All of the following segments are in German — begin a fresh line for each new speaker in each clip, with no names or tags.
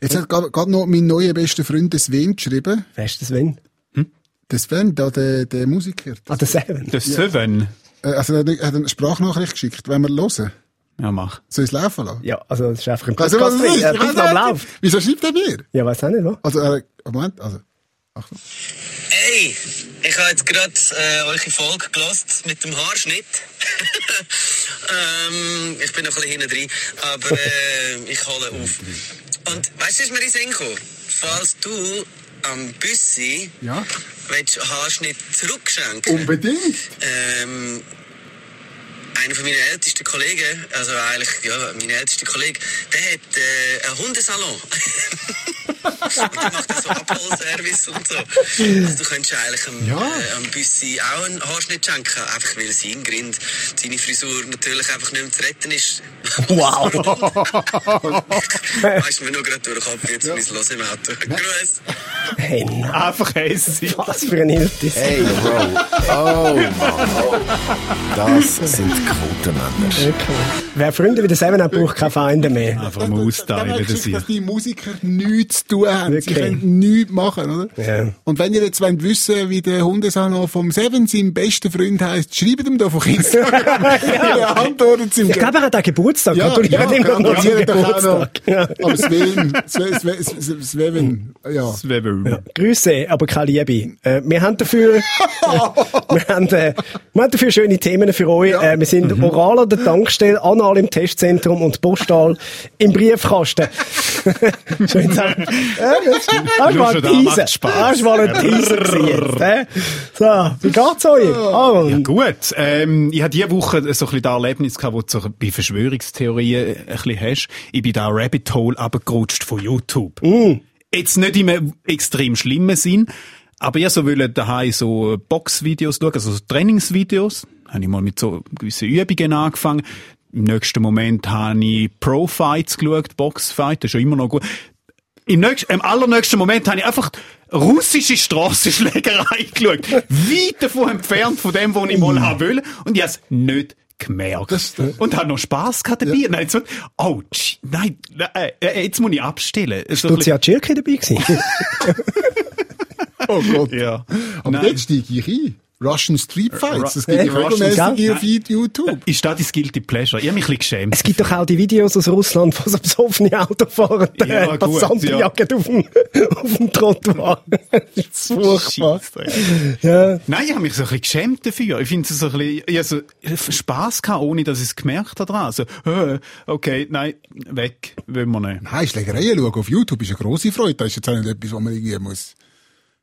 Jetzt hat gerade noch mein neuer bester Freund des Sven geschrieben.
Wer ist das Wen?
Der Sven, da der, der Musiker.
Ah, der Seven.
Das Seven.
Äh, Also er hat er hat eine Sprachnachricht geschickt, wenn wir hören.
Ja, mach.
Soll ich es laufen lassen?
Ja, also das ist einfach ein
Also, was
Podcast,
ist das?
der
Ich weiss
äh,
nicht.
läuft.
Wieso schreibt er mir?
Ja, weiß auch nicht, was?
Also, äh, Moment, also. Achtung.
Hey, ich habe jetzt gerade äh, eure Folge gelost mit dem Haarschnitt. ähm, ich bin noch ein bisschen hinten drin, aber äh, ich hole auf. Und weißt du, was mir in den Sinn gekommen? Falls du am Büssi
Ja.
willst Haarschnitt zurückschenken
Unbedingt.
ähm, einer von meinen ältesten Kollegen, also eigentlich, ja, mein ältester Kollege, der hat äh, einen Hundesalon. und der macht so Abholservice und so. Also du könntest eigentlich am,
Ja.
äh, am Büssi auch einen Haarschnitt schenken, einfach weil sein Grind, seine Frisur natürlich einfach nicht mehr zu retten ist. Wow! weißt du, mir nur gerade durch den Kopf jetzt mein Los im Auto. Grüß!
Hey, nein.
Einfach heißen.
Was für ein Hirtis.
Hey, Bro. Oh, Mann. Das sind Quotenmänner.
Wer Freunde wie der Seven hat, braucht keine Feinde mehr.
Einfach mal austeilen,
das
das
ist,
hier.
dass die Musiker nichts zu tun haben. Sie
Wirklich.
können nichts machen, oder?
Ja.
Und wenn ihr jetzt wollt wissen wie der Hundesalon vom Seven sein bester Freund heisst, schreibt ihm doch auf Instagram. ja. Antwortet ihm.
Ich glaube, er hat auch Geburtstag. Gratuliert ihm doch noch zum
gratuliert doch auch noch.
Geburtstag. Ja.
Aber Sven, Sven, Sven, Sven, Sven, ja.
Seven.
Grüße, aber keine Liebe. Äh, wir haben dafür, wir, haben, äh, wir haben dafür schöne Themen für euch. Äh, wir
Mhm.
sind oral an der Tankstelle, anal im Testzentrum und postal im Briefkasten. Schön gesagt. Äh, das- Das
Nur
war
schon
ein
da
Teaser.
macht's Spaß.
Das war ein Teaser gewesen jetzt. Äh. So, wie geht's euch? Ah, Aaron?
Gut, ähm, ich hatte diese Woche so ein bisschen das Erlebnis gehabt, wo du so bei Verschwörungstheorien äh, ein bisschen hast. Ich bin da Rabbit Hole abgerutscht von YouTube.
mm,
Jetzt nicht in einem extrem schlimmen Sinn, aber ich so wollte daheim so Boxvideos schauen, also so Trainingsvideos. Habe ich mal mit so gewissen Übungen angefangen. Im nächsten Moment habe ich Pro-Fights geschaut, Boxfight, das ist ja immer noch gut. Im, nächsten, Im allernächsten Moment habe ich einfach russische Strassenschlägerei geschaut. Weit davon entfernt von dem, was ich mal haben will. Und ich habe es nicht gemerkt. und habe noch Spass gehabt dabei. Nein, jetzt, wird- oh, tsch, nein, äh, äh, jetzt muss ich abstellen. So ein
Du ja Chilke dabei gewesen.
Oh Gott.
bisschen- ja.
Aber
Nein.
dort steige ich ein. Russian Street Fights. Das gibt
Hey,
ja
Russian,
regelmäßig
gell?
auf YouTube.
Ist das dein Guilty Pleasure? Ich habe mich ein bisschen geschämt.
Es gibt doch auch die Videos aus Russland von so besoffenen Autofahrern,
Ja,
äh,
gut,
Passanten
ja.
jagen auf dem, auf dem Trottoir. das ist furchtbar.
Scheisse.
Ja.
Nein, ich habe mich so ein bisschen geschämt dafür. Ich finde es so ein bisschen, ich habe so Spass gehabt, ohne dass ich es gemerkt habe dran. So, äh, okay, nein, weg, wollen wir nicht.
Nein, Schlägereien schauen auf YouTube ist eine grosse Freude. Das ist jetzt auch nicht etwas, was man irgendwie muss.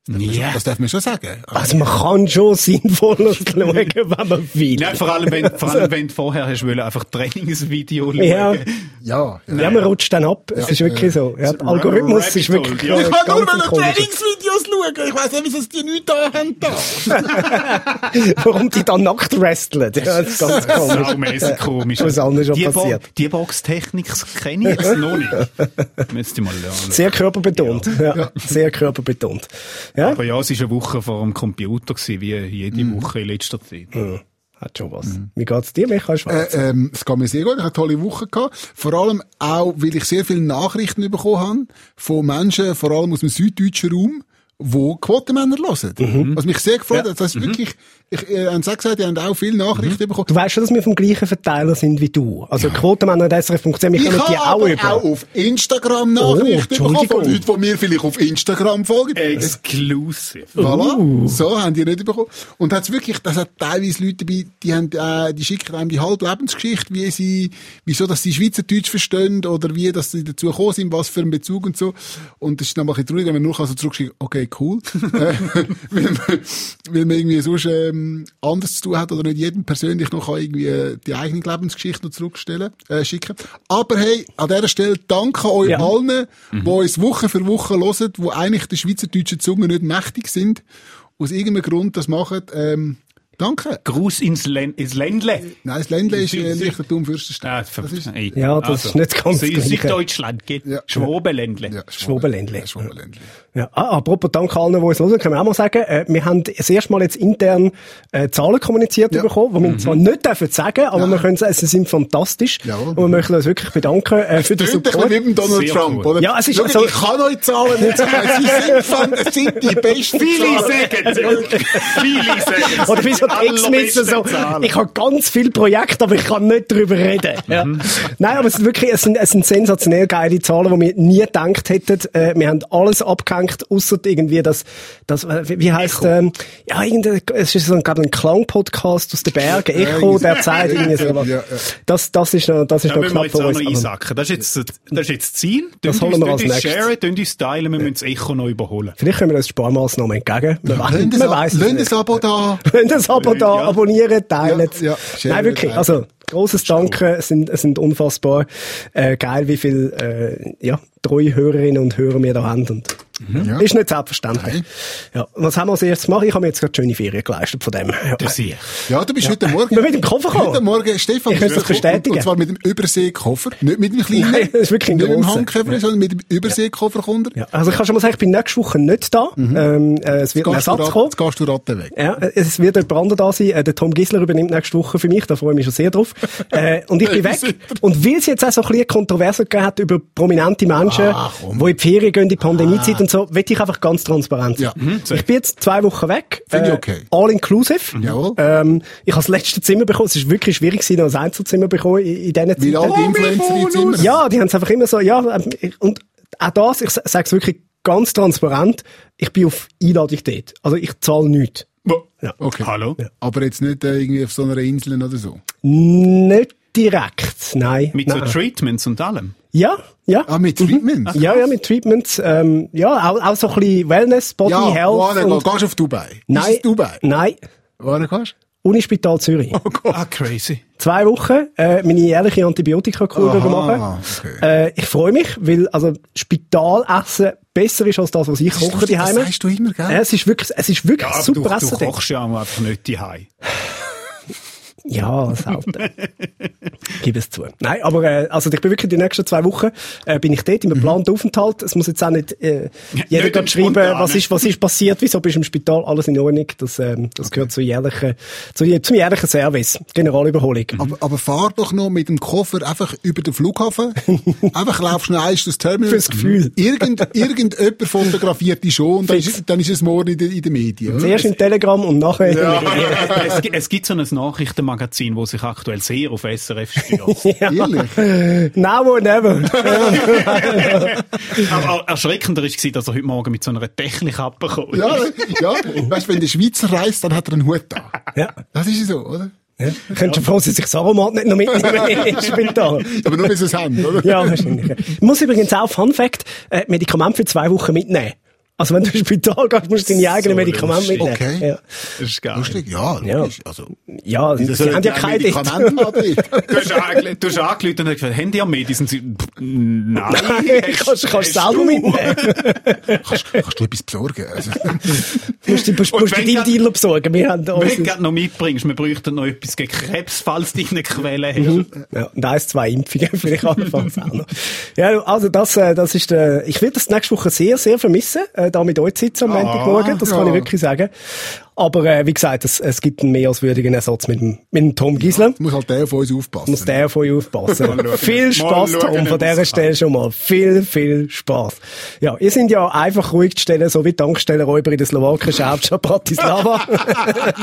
Ja.
Das darf man schon sagen.
Also man kann schon sinnvoller schauen, wenn man will.
Nein, vor allem, wenn, vor allem, wenn du vorher hast wollen, einfach Trainingsvideo schauen.
Ja.
Ja. ja.
Ja, man rutscht dann ab. Es ist wirklich so. Ja, der Algorithmus ist wirklich
Ja. Ich
ganz komisch.
Trainingsvideos schauen. Ich weiss nicht, wieso die nichts da haben. Da.
Warum die dann nackt wresteln? Ja, das ist ganz komisch.
Saumässig komisch.
Was anderes schon
die
passiert.
Bo die Boxtechnik kenne ich jetzt noch nicht. Müsste ich mal lernen.
Sehr körperbetont. Ja, sehr körperbetont. Ja,
Aber ja, es war eine Woche vor dem Computer, gewesen, wie jede
Mhm.
Woche in letzter Zeit.
hat schon was.
Mhm.
Wie geht's dir, Michael Schwarz?
Äh, ähm, es geht mir sehr gut. Ich habe eine tolle Woche gehabt. Vor allem auch, weil ich sehr viele Nachrichten bekommen habe von Menschen, vor allem aus dem süddeutschen Raum, wo Quotenmänner hören.
Mhm.
Was mich sehr gefreut hat. Das ist wirklich, ich, äh, haben sie auch gesagt, die haben auch viele Nachrichten bekommen.
Mhm. Du weißt schon, dass wir vom gleichen Verteiler sind wie du. Also Quotenmänner und SRF.com, wir
Ich
können die
habe
auch
aber
über.
auch auf Instagram
Oh,
Nachrichten bekommen
Entschuldigung.
von Leuten, die mir vielleicht auf Instagram folgen.
Exclusive.
Mhm.
Voilà. So haben die nicht bekommen. Und hat's wirklich, das hat teilweise Leute dabei, die haben, äh, die schicken einem die halbe Lebensgeschichte, wie sie, wieso, dass sie Schweizerdeutsch verstehen oder wie, dass sie dazu gekommen sind, was für einen Bezug und so. Und das ist dann mal ein bisschen traurig, wenn man nur kann so zurückschickt, okay, cool. Äh, weil, man, weil man irgendwie sonst, ähm, anders zu tun hat oder nicht jedem persönlich noch kann irgendwie äh, die eigene Lebensgeschichte noch zurückstellen, äh, schicken. Aber hey, an dieser Stelle danke euch
Ja.
allen, allen,
Mhm.
die uns Woche für Woche hören, die eigentlich der schweizerdeutschen Zunge nicht mächtig sind, aus irgendeinem Grund das machen. Ähm, Danke.
Gruß ins, Län ins Ländle.
Nein, das Ländle ist
Sie-
äh,
Sie-
Lichtertum Fürstenstein.
Ah, ver-
Das ist-
ey. also,
Ja, das ist nicht ganz
Sü-
das Gleiche.
Süddeutschland geht.
Ja.
Schwabenländle.
Ja,
Schwobeländle.
Ja, Schwobeländle.
Ja, ah, apropos danke allen, die uns hören, können wir auch mal sagen, äh, wir haben das erste Mal jetzt intern äh, Zahlen kommuniziert
Ja. Mhm.
bekommen, die wir zwar nicht dürfen sagen, aber wir können sagen, sie sind fantastisch.
Jawohl.
Und wir möchten uns wirklich bedanken äh, für den
Tönt ein
Support.
bisschen wie beim Donald
Sehr
Trump,
gut.
oder?
Ja, es ist
Schau,
also- so-
ich kann euch Zahlen nicht sagen. Sie sind, von, sind die besten
Viele
Zahlen.
sagen Viele sagen
Oder wie so die Ex-Mitsen so, ich habe ganz viele Projekte, aber ich kann nicht darüber reden. Ja. Nein, aber es sind wirklich, es sind, es sind sensationell geile Zahlen, die wir nie gedacht hätten. Äh, wir haben alles abgehängt, ausser irgendwie das, das, äh, wie, wie heisst, ähm, ja, irgendein, es ist so ein, glaub, ein Klang-Podcast aus den Bergen, Echo, der Zeit, irgendwie sowas.
Ja, ja.
Das, das ist noch, das ist
Da
noch
müssen wir
knapp
jetzt auch
von uns.
noch
aber
einsacken. Das ist jetzt das, ist jetzt das Ziel.
Das
Tönt
holen wir
uns-
als
tönt uns
nächstes.
sharen, tönt uns teilen, wir müssen das Echo noch überholen.
Vielleicht können wir uns Sparmaßnahmen entgegen. Man weiß,
Lönt ein
man
Ab-
weiß es
lönt
nicht.
ein Abo da.
Wenn das Abo da,
Ja.
abonnieren, teilen.
Ja, ja, schön,
Nein, wirklich.
ja.
Also, großes Danke. Es sind, es sind unfassbar äh, geil, wie viel äh, ja, treue Hörerinnen und Hörer wir da haben. Und
Ja.
Ist nicht selbstverständlich.
Mhm. Nein.
Ja, was haben wir als erstes gemacht? Ich habe mir jetzt gerade schöne Ferien geleistet von dem. Ja.
Das sehe ich.
Ja, du bist heute Morgen.
Wir mit dem Koffer gekommen.
Heute Morgen, Stefan, bist
Ich könnte es
du gekommen,
bestätigen.
Und zwar mit dem Überseekoffer. Nicht mit dem kleinen.
Nein, das ist wirklich ein
Nicht mit dem
grosser.
Handkoffer, sondern mit dem Überseekoffer kommt er.
Ja, also ich kann schon mal sagen, ich bin nächste Woche nicht da. Ähm, äh, es wird ein
Mhm. Gehst du
Ersatz
Rat-
kommen.
Jetzt gehst du Ratten weg.
Ja, es wird jemand anderer da sein. Äh, Der Tom Gisler übernimmt nächste Woche für mich. Da freue ich mich schon sehr drauf. Äh, und ich bin weg. Und weil es jetzt auch so ein bisschen Kontroversen gegeben hat über prominente Menschen,
Ah, komm. Ah.
die in die Ferien gehen, in die Pandemiezeit und so, will ich einfach ganz transparent sein.
Ja. Mhm,
ich bin jetzt zwei Wochen weg.
Finde ich
Äh,
okay. Mhm.
All inclusive.
Jawohl.
Ähm, ich habe das letzte Zimmer bekommen. Es ist wirklich schwierig gewesen, noch ein Einzelzimmer bekommen in, in diesen
Weil
Zeiten.
all die Influencer in Zimmer.
Ja, die haben es einfach immer so, ja, ähm, ich- und auch das, ich sage es wirklich ganz transparent, ich bin auf Einladung dort. Also ich zahle nichts. Ja.
Okay.
Hallo?
Aber jetzt nicht äh, irgendwie auf so einer Insel oder so.
Nicht direkt, nein.
Mit so
nein.
Treatments und allem.
ja, ja.
Ah, mit Treatment?
ja, ja, mit Treatments, ähm, ja, auch, auch so ein bisschen Wellness, Body,
Ja,
Health.
woher
und-
gehst du auf Dubai?
nein,
Ist es Dubai?
nein,
Woher gehst
Unispital Zürich.
Ah, crazy.
Zwei Wochen, äh, meine jährliche Antibiotikakur
Aha,
machen.
okay.
Äh, ich freue mich, weil, also, Spitalessen besser ist als das, was ich
ist
koche
lustig,
die
das
Heime.
sagst du immer, gell?
Es ist wirklich, es ist wirklich
Ja, aber
super
du,
Essen
du
dort.
kochst ja auch einfach nicht die Hai.
Ja, selten. Gib es zu. Nein, aber äh, also ich bin wirklich die nächsten zwei Wochen äh, bin ich dort im geplanten Aufenthalt. Es muss jetzt auch nicht äh, jeder
nicht
grad
im
schreiben,
Spontanen.
was ist, was ist passiert, wieso bist du im Spital, alles in Ordnung. Das, ähm, das gehört zur jährlichen, zu, zum jährlichen Service, Generalüberholung.
Aber, aber fahr doch noch mit dem Koffer einfach über den Flughafen. einfach laufst schnell einst das Terminal.
Fürs Gefühl.
Irgend, irgendjemand fotografiert dich schon und dann
Fix.
ist, dann ist es morgen in den, in den Medien. oder?
Zuerst im Telegram und nachher
es, gi- es gibt so ein Nachrichtenmagazin, das sich aktuell sehr auf SRF stürzt.
Ehrlich?
Now or never.
Aber erschreckender war es, dass er heute Morgen mit so einer Technikkappe kommt.
Ja, ja. Weißt, wenn der Schweizer reist, dann hat er einen Hut da.
ja.
Das ist so, oder?
Ja. Könntest du froh sein, dass ich das Aromat nicht noch mitnehmen ins Spital.
Aber nur bis es haben, oder?
Ja, wahrscheinlich. ja. Ich muss übrigens auch, Fun Fact, äh, Medikamente für zwei Wochen mitnehmen. Also wenn du ins Spital gehst, musst du deine eigenen
So
Medikamente
lustig.
mitnehmen.
Okay.
Ja,
Das ist geil.
Lustig, ja, logisch. Also,
ja sie
sollen
haben ja keine
Medikamente haben,
dort.
aber nicht.
Du hast angelö- du hast angelötet und hast gesagt, haben die am Medis? Und sie, pff, nein.
kannst kannst du selber mitnehmen.
kannst, kannst du etwas besorgen? Also,
Du musst, du musst,
Und
musst
wenn
deinen
grad-
Dealer besorgen. Wir haben da
Wenn du
unseren-
gerade noch mitbringst, wir bräuchten noch etwas gegen Krebs, falls du eine Quelle hast.
ja, und eins, zwei Impfungen vielleicht anfangs auch noch. Ja, also das, äh, das ist der, ich werde das nächste Woche sehr, sehr vermissen, äh, da mit euch zu sitzen am Montagmorgen, das
ja.
kann ich wirklich sagen. Aber äh, wie gesagt, es, es gibt einen mehr als würdigen Ersatz mit dem, mit dem Tom Giesler.
muss halt der auf uns aufpassen.
muss der von euch aufpassen.
schauen.
viel
Mal
Spaß,
schauen,
Tom,
ob
von
es
dieser
kann.
Stelle schon mal. Viel, viel Spaß. Ja, ihr sind ja einfach ruhig zu stellen, so wie die Tankstellenräuber in der slowakischen Hauptstadt Bratislava.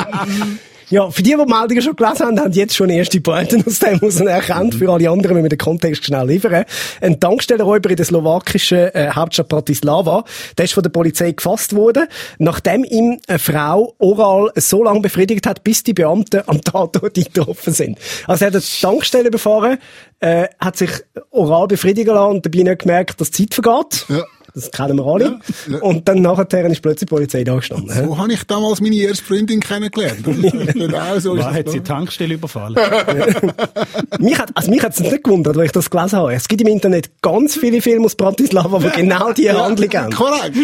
Ja, für die, die die Meldungen schon gelesen haben, haben jetzt schon erste Pointen aus dem heraus erkannt. Für alle anderen müssen wir den Kontext schnell liefern. Ein Tankstellenräuber in der slowakischen äh, Hauptstadt Bratislava, der ist von der Polizei gefasst worden, nachdem ihm eine Frau oral so lange befriedigt hat, bis die Beamten am Tatort eingetroffen sind. Also er hat eine Tankstelle befahren, äh, hat sich oral befriedigen lassen und dabei nicht gemerkt, dass die Zeit vergeht.
Ja.
Das kennen wir alle. Und dann nachher ist plötzlich die Polizei da gestanden. hä?
Wo habe ich damals meine erste Freundin kennengelernt? Das ist genau so. ist
War
das
hat sie die
doch.
Tankstelle überfallen?
Mich hat, also mich hat's nicht gewundert, weil ich das gelesen habe. Es gibt im Internet ganz viele Filme aus Bratislava, die genau diese Handlung haben.
Korrekt.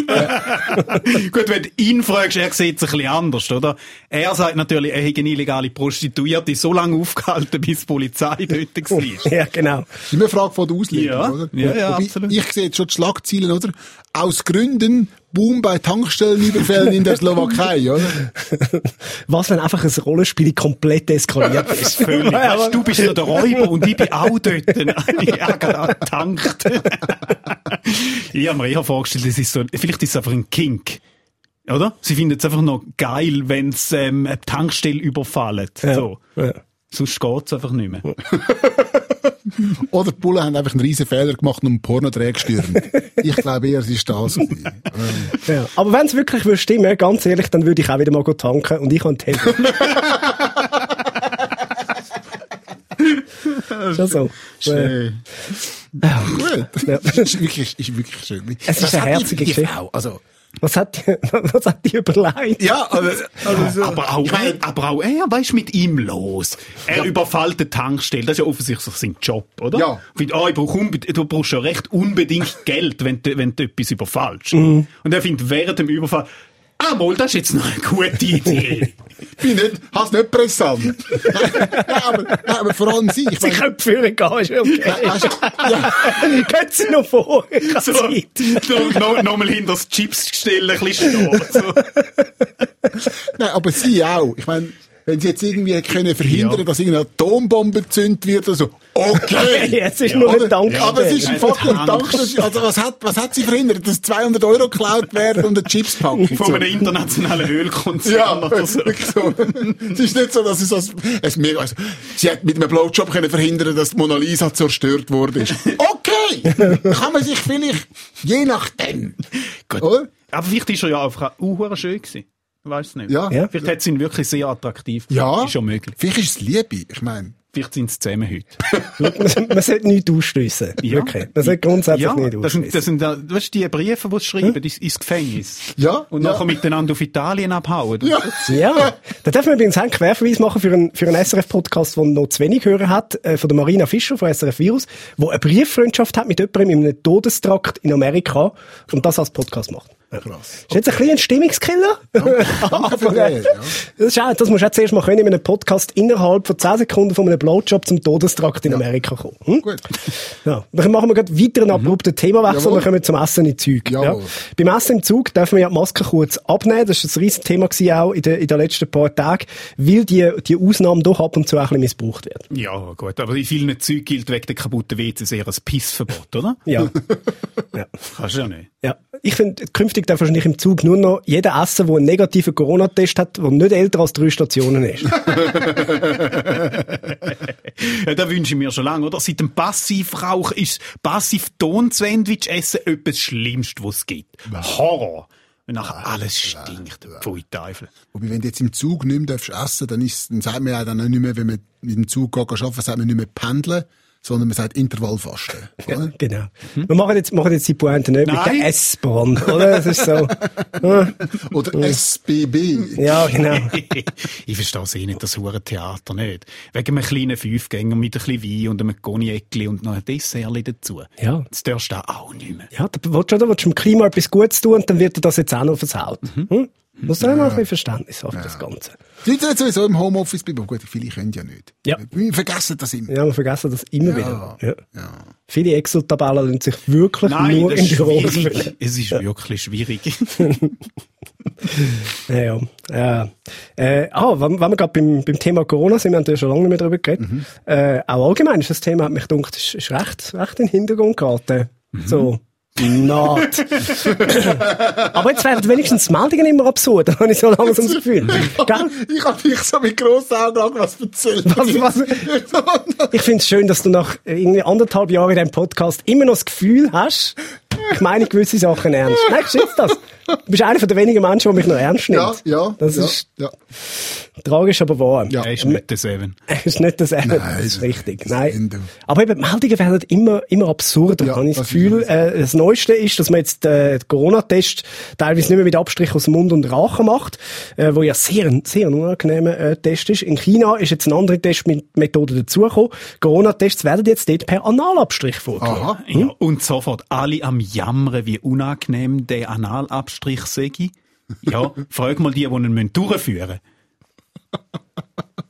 Gut, wenn du ihn fragst, er sieht es ein bisschen anders, oder? Er sagt natürlich, er hätte eine illegale Prostituierte so lange aufgehalten, bis die Polizei dort war.
Ja, genau.
Das ist immer eine Frage von der Auslegung,
Ja,
oder?
ja, ja,
Wobei,
absolut.
Ich sehe jetzt schon die Schlagzeilen, oder? Aus Gründen Boom bei Tankstellenüberfällen in der Slowakei, oder?
Was, wenn einfach ein Rollenspiel komplett eskaliert ist?
Völlig. Weißt, du bist ja der Räuber und ich bin auch dort. Ich habe gerade getankt. ich habe mir eher vorgestellt, das ist so, vielleicht ist es einfach ein Kink. Oder? Sie finden es einfach noch geil, wenn es ähm, eine Tankstelle überfallen. So.
Ja.
Sonst geht es einfach nicht mehr.
Oder die Bullen haben einfach einen riesen Fehler gemacht und einen Pornodreh gestürmt. Ich glaube eher, es ist das. gewesen.
Ja. Aber wenn es wirklich würde stimmen, ganz ehrlich, dann würde ich auch wieder mal go tanken und ich habe die Hände. Schon so.
Schön. Gut.
Ja.
Das ist wirklich, ist wirklich schön.
Es ist
Was
eine
hat die-
herzige
die
Geschichte.
Frau? Also,
Was hat die, was hat die überlegt?
ja, aber, also,
Aber auch, er, aber auch er, weißt mit ihm los. Er überfällt die Tankstelle. Das ist ja offensichtlich sein Job, oder?
Ja.
Findet, ah, ich brauch unbe- du brauchst ja recht unbedingt Geld, wenn du, wenn du etwas überfallst.
Mhm.
Und er findet während dem Überfall, ah, mal, das ist jetzt noch eine gute Idee.
bin nicht, hast nicht pressant. nein, aber, nein, aber vor allem sie. Ich
Sie
meine,
können führen gehen, ist okay.
weißt du, ja,
Gehen Sie noch vor. Ich habe
so,
Zeit.
so, noch, noch mal hinter das Chips-Gestell ein bisschen stehen. So.
Nein, aber sie auch. Ich meine, wenn sie jetzt irgendwie hätte können verhindern,
Ja.
dass irgendeine Atombombe gezündet wird oder so, okay.
Ja, es ist nur
Oder?
ein Dank.
Aber es ist ein
Ja.
fucking
Ja.
Dank. Also was hat, was hat sie verhindert? Dass 200 Euro geklaut werden und ein Chips packen.
Von einem internationalen Ölkonzern
Ja,
oder so.
wirklich so. es ist nicht so, dass es als, es mir, also, sie hat mit einem Blowjob können verhindern, dass die Mona Lisa zerstört worden ist. Okay! Kann man sich vielleicht, je nachdem.
Gut.
Oder?
Aber vielleicht ist er ja einfach auch verdammt schön gewesen. Weiß nicht.
Ja.
Ja.
Vielleicht hat es ihn wirklich sehr attraktiv
Ja.
Ist ja möglich.
Vielleicht ist es Liebe. Ich meine.
Vielleicht sind sie zusammen heute.
Man, man sollte nichts ausschliessen.
Ja.
Wirklich. Man sollte grundsätzlich
ja,
nicht
das sind,
ausschliessen.
das sind äh, weißt, die Briefe, die sie schreiben, ins, ins Gefängnis.
Ja,
Und
ja.
nachher miteinander auf Italien abhauen.
Ja.
Ja, da dürfen wir übrigens einen Querverweis machen für einen, für einen SRF-Podcast, der noch zu wenig Hörer hat, äh, von der Marina Fischer von SRF Virus, die eine Brieffreundschaft hat mit jemandem in einem Todestrakt in Amerika und das als Podcast macht.
Krass.
Ist jetzt ein bisschen ein Stimmungskiller? äh,
Danke für den, ja.
Das, ist auch, das musst du auch zuerst mal können, in einem Podcast innerhalb von 10 Sekunden von einem Blowjob zum Todestrakt in Amerika kommen. Hm?
Gut.
Ja. Dann machen wir gerade weiter einen abrupten Themawechsel
Mhm. Jawohl.
und dann kommen wir zum Essen im Zug. Ja.
Jawohl.
Beim Essen im Zug dürfen wir ja die Maske kurz abnehmen. Das war ein riesen Thema gewesen auch in den, in den letzten paar Tagen, weil die, die Ausnahme doch ab und zu auch ein bisschen missbraucht wird.
Ja, gut. Aber in vielen Zeugen gilt wegen der kaputten WCs eher ein Pissverbot, oder?
Ja. ja.
Kannst du ja nicht.
Ja, ich finde, künftig darf wahrscheinlich im Zug nur noch jeder essen, der einen negativen Corona-Test hat, der nicht älter als drei Stationen ist.
Ja, das wünsche ich mir schon lange, oder? Seit dem Passivrauch ist Passiv-Ton-Sandwich essen etwas das Schlimmste, was es gibt. Horror. Und nachher alles stinkt. Pfui Teufel.
Wobei, wenn du jetzt im Zug nicht mehr darfst essen dann, ist, dann sagt man ja dann auch nicht mehr, wenn man mit dem Zug geht, arbeiten, sagt man nicht mehr pendeln, sondern man sagt Intervallfasten. Oder?
Genau. Wir machen jetzt, machen jetzt die Pointe nicht mit
Nein.
der S-Bahn, oder? Das ist so.
Oder SBB.
Ja, genau.
ich verstehe es eh nicht, das hure Theater nicht. Wegen einem kleinen Fünfgänger mit ein bisschen Wein und einem Cognac und noch ein Dessert dazu.
Ja.
Das darfst du auch nicht mehr.
Ja, da willst du, oder? Willst du dem Klima etwas Gutes tun und dann wird dir das jetzt auch noch versaut.
Mhm.
Hm? Muss auch noch ein bisschen Verständnis haben, für das Ganze.
Die Leute sind sowieso im Homeoffice bleiben. Aber Gut, viele können ja nicht.
Ja.
Wir vergessen das immer.
Ja, wir vergessen das immer wieder. Ja.
Ja.
Viele Excel-Tabellen lassen sich wirklich
Nein,
nur
das
im
ist
Büro
schwierig.
füllen.
Es ist wirklich schwierig.
Ja, ja. Äh, äh, ah, wenn, wenn wir gerade beim, beim Thema Corona sind, wir haben da schon lange nicht mehr darüber geredet.
Mhm.
Äh, auch allgemein ist das Thema, hat mich gedacht, ist, ist recht, recht in den Hintergrund geraten.
Mhm.
So. Not. Aber jetzt werden wenigstens die Meldungen immer absurd, habe ich so langsam das Gefühl. Gell?
Ich hab dich so mit grossen Augen angeschaut, was erzählt.
Was-
was?
Ich finde es schön, dass du nach äh, irgendwie anderthalb Jahren in diesem Podcast immer noch das Gefühl hast, ich meine gewisse Sachen ernst. Nein, schätze das. Du bist einer von den wenigen Menschen, der mich noch ernst nimmt.
Ja, ja.
Das
ja,
ist
ja.
tragisch, aber wahr.
Ja.
Er ist nicht der Seven.
Das ist nicht das Ende, das ist
das
richtig.
ist das
Nein.
Ende.
Aber eben, die Meldungen werden immer, immer absurder,
Ja,
habe ich das
das ist
Gefühl. Äh, das Neueste ist, dass man jetzt äh, den Corona-Test teilweise nicht mehr mit Abstrich aus Mund und Rachen macht, äh, wo ja sehr, ein- sehr ein unangenehmer äh, Test ist. In China ist jetzt eine andere Testmethode dazugekommen. Corona-Tests werden jetzt dort per Analabstrich vorgenommen.
Aha.
Ja, und sofort. Alle am Jammern, wie unangenehm der Analabstrich sei. Ja, frag mal die, die ihn müssen durchführen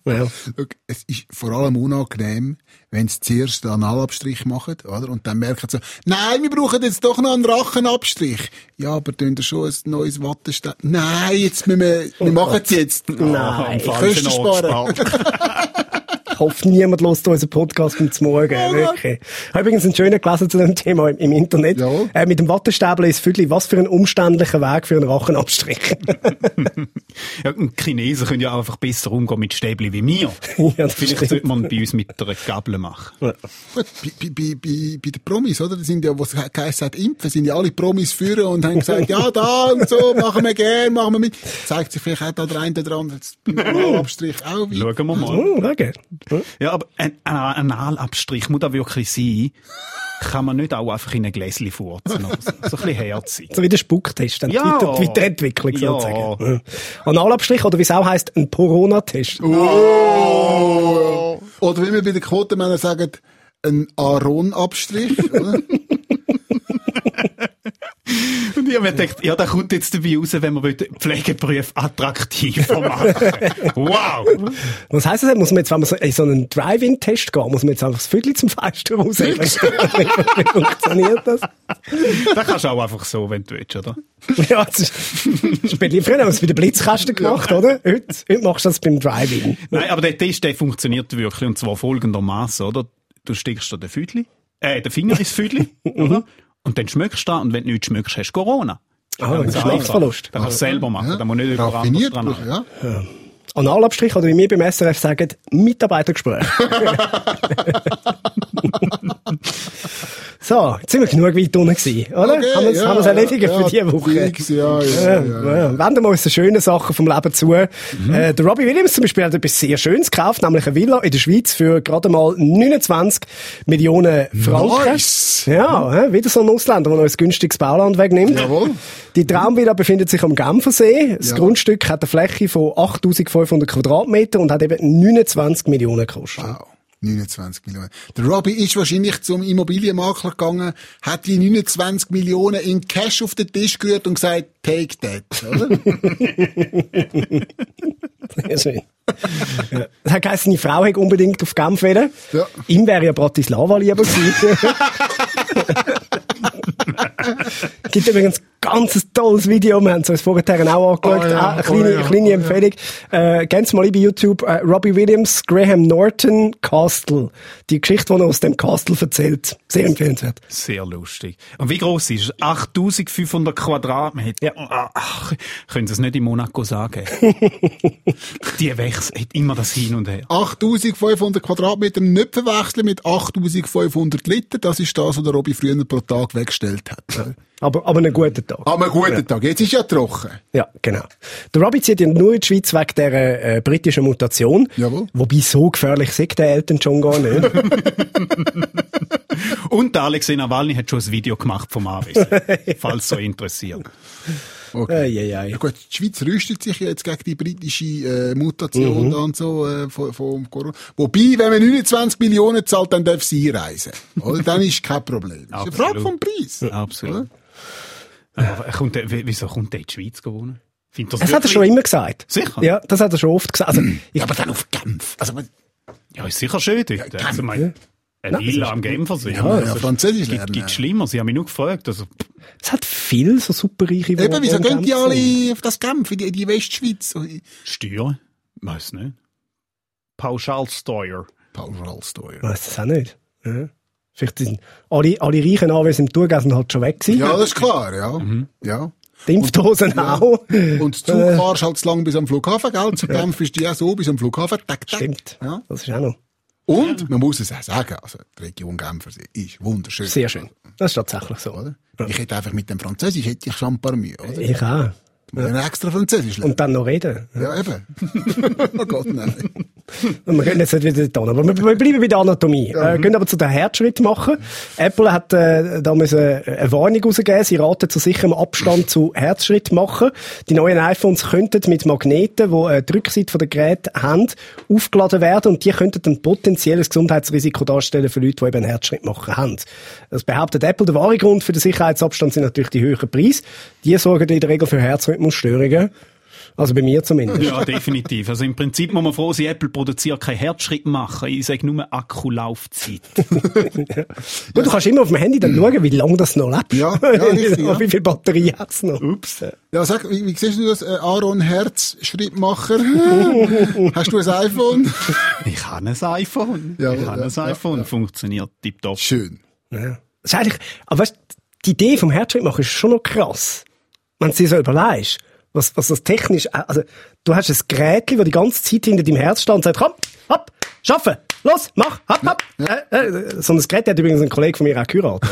Ja.
Schau, Es ist vor allem unangenehm, wenn sie zuerst einen Analabstrich machen, oder? Und dann merken sie so, nein, wir brauchen jetzt doch noch einen Rachenabstrich. Ja, aber tun da schon ein neues Wattenstein. Nein, jetzt müssen wir, wir machen es jetzt.
Ah,
Nein.
Die Kosten sparen.
Ich hoffe, niemand hört unseren Podcast am Morgen. wirklich. Ich habe übrigens einen schönen gelesen zu dem Thema im, im Internet.
Ja.
Äh, mit dem Wattestäbel ins Viertel. Was für ein umständlicher Weg für einen Rachenabstrich.
Ja, und die Chinesen können ja einfach besser umgehen mit Stäbli wie wir.
das
Vielleicht
stimmt.
sollte man bei uns mit einer Gabel machen.
Gut, bei, bei, bei, bei bei den Promis, oder? Die sind ja, was geheißen hat, impfen, sind ja alle Promis führen und haben gesagt, ja, da und so, machen wir gern, machen wir mit. Zeigt sich vielleicht auch da der eine oder andere jetzt beim Analabstrich auch wieder.
Schauen wir mal.
Oh, okay.
Ja, aber ein, ein Analabstrich muss da wirklich sein. Kann man nicht auch einfach in ein Gläschen furzen? lassen? So ein bisschen herzig.
So wie der Spucktest, dann
Ja.
Twitter, Twitter-Entwicklung
Ja.
sozusagen. Ja. Analabstrich oder wie es auch heisst, ein Corona-Test.
Oh. Oder wie wir bei den Quotenmännern sagen, ein Aaron-Abstrich, oder?
Und ich habe mir gedacht, ja, da kommt jetzt dabei raus, wenn man will, Pflegeberuf attraktiver machen. Wow!
Was heisst das? denn? Muss man jetzt, wenn man so, in so einen Drive-In-Test gehen, muss man jetzt einfach das Viertel zum Fenster raus? wie funktioniert das?
Da kannst du auch einfach so, wenn du willst, oder?
Ja, das ist, das ist bei dir früher haben wir es bei den Blitzkasten gemacht, oder? Heute, heute machst du das beim Drive-In.
Nein, aber der Test, der funktioniert wirklich, und zwar folgendermaßen, oder? Du steckst da den Füdli, äh, den Finger ins Füdli, oder? Und dann schmückst du da, und wenn du nichts schmückst, hast du Corona.
Ah, das
Ganz
ist
einfach.
Geschmacksverlust.
Dann kannst du es selber machen, dann muss nicht über
Raffiniert,
dran. haben.
ja.
Analabstrich oder wie wir beim SRF sagen, Mitarbeitergespräch. so, jetzt sind wir genug weit unten gewesen, oder? haben wir es haben wir's erledigt für diese Woche?
Fix, ja, ja,
Ja,
ja.
ja. Äh, Wenden wir uns den schönen Sachen vom Leben zu. Äh, der Robbie Williams zum Beispiel hat etwas sehr Schönes gekauft, nämlich eine Villa in der Schweiz für gerade mal 29 Millionen Franken.
Nice.
Ja, hä? wieder so ein Ausländer, der noch ein günstiges Bauland wegnimmt.
Jawohl.
Die Traumvilla befindet sich am Genfersee. Das
Ja.
Grundstück hat eine Fläche von 8500 Quadratmeter und hat eben 29 Millionen gekostet.
Wow. 29 Millionen. Der Robbie ist wahrscheinlich zum Immobilienmakler gegangen, hat die 29 Millionen in Cash auf den Tisch gerührt und gesagt, take that, oder?
Sehr schön. Ja. Das hat geheißen, seine Frau hätte unbedingt auf Genf wollen.
Ja.
Ihm wäre ja Bratislava lieber gewesen. gibt übrigens ganz ein tolles Video, wir haben es uns vorher auch angeschaut.
Oh ja,
Ah, eine kleine,
oh ja,
kleine Empfehlung. Äh, Ganz mal ein bei YouTube. Äh, Robbie Williams, Graham Norton, Castle. Die Geschichte, die er aus dem Castle erzählt. Sehr empfehlenswert.
Sehr lustig. Und wie groß ist es? 8500 Quadratmeter. Ah,
Ja.
Ach, können Sie es nicht in Monaco sagen? Die wechselt immer das hin und her.
8500 Quadratmeter nicht verwechseln mit 8500 Liter. Das ist das, was der Robbie früher pro Tag weggestellt hat.
Aber, aber einen guten Tag.
Aber guten Tag. Jetzt ist ja trocken.
Ja, genau. Der Robbie zieht ja nur in die Schweiz wegen dieser äh, britischen Mutation.
Jawohl.
Wobei so gefährlich sind der Eltern schon gar nicht.
Und der Alexei Nawalny hat schon ein Video gemacht vom Anwesen. falls so interessiert.
Okay.
ei, ei, ei.
Ja gut, die Schweiz rüstet sich ja jetzt gegen die britische äh, Mutation und so äh, von, vom Corona. Wobei, wenn man 29 Millionen zahlt, dann darf sie reisen. Oder? Dann ist kein Problem. Das ist eine
Absolut.
Frage vom Preis.
Absolut. Aber kommt der, w- wieso kommt der in die Schweiz gewonnen? Findet
Das hat er
wirklich-
schon immer gesagt.
Sicher?
Ja, das hat er schon oft gesagt. Also, ich,
Aber dann auf Genf. Also, man-
Ja, ist sicher schön dort. also, mein, eine Villa am Genfersee. Also,
ja, Französisch lernen.
Gibt, gibt schlimmer. Sie haben mich nur gefragt. Also,
es hat viel so superreiche
eben, wieso gehen die
Genf sind.
alle auf das Genf, in die, in die Westschweiz?
Steuern? Weiß nicht. Pauschalsteuer.
Pauschalsteuer.
Weiss das auch nicht. Ja. Vielleicht sind alle, alle reichen Anwesen im Thurgau sind halt schon weg gewesen.
Ja, das ist klar, ja. ja.
Die Impfdosen auch.
Und das Zug fahrst halt zu lang bis am Flughafen, gell? Zu Genf bist du ja so bis am Flughafen. Tack, tack.
Stimmt.
Ja.
Das ist auch noch.
Und man muss es auch sagen, also die Region Genfersee ist wunderschön.
Sehr schön. Das ist tatsächlich so, oder?
Ich hätte einfach mit dem Französisch hätte ich schon ein paar Mühe, oder?
Ich auch.
Wenn man extra Französisch lernt.
Und dann noch reden.
Ja, eben. oh Gott, nein.
Und wir gehen jetzt nicht wieder dorthin. Aber wir, wir bleiben bei der Anatomie. Äh, gehen aber zu den Herzschritt machen. Apple hat äh, da müssen eine Warnung rausgegeben. Sie raten zu sicherem Abstand zu Herzschritt machen. Die neuen iPhones könnten mit Magneten, die äh, die Rückseite von der Geräte haben, aufgeladen werden. Und die könnten ein potenzielles Gesundheitsrisiko darstellen für Leute, die eben einen Herzschritt machen haben. Das behauptet Apple. Der wahre Grund für den Sicherheitsabstand sind natürlich die höheren Preise. Die sorgen in der Regel für Herzrhythmusstörungen. Also bei mir zumindest.
Ja, definitiv. Also im Prinzip muss man froh sein, Apple produziert keinen Herzschritt machen. Ich sage nur Akkulaufzeit.
Gut, du kannst immer auf dem Handy dann schauen, wie lange das noch lebt.
Mhm. Ja, ja, richtig, ja.
Wie viel Batterie hat es noch?
Ups.
Ja, sag, wie, wie siehst du das, äh, Aaron Herz, Schrittmacher? Hast du ein iPhone?
Ich habe ein iPhone.
Ja,
ich habe
ja,
ein iPhone. Funktioniert tipptopp.
Schön.
Ja. Das ist eigentlich, aber weißt, die Idee vom Herzschritt machen ist schon noch krass. Wenn du dir so überlegst, was, was das technisch, also, du hast ein Gerät, das die ganze Zeit hinter deinem Herz steht und sagt, komm, hopp, schaffen, los, mach, hopp, hopp. Äh, äh, so ein Gerät hat übrigens ein Kollege von mir auch geheiratet.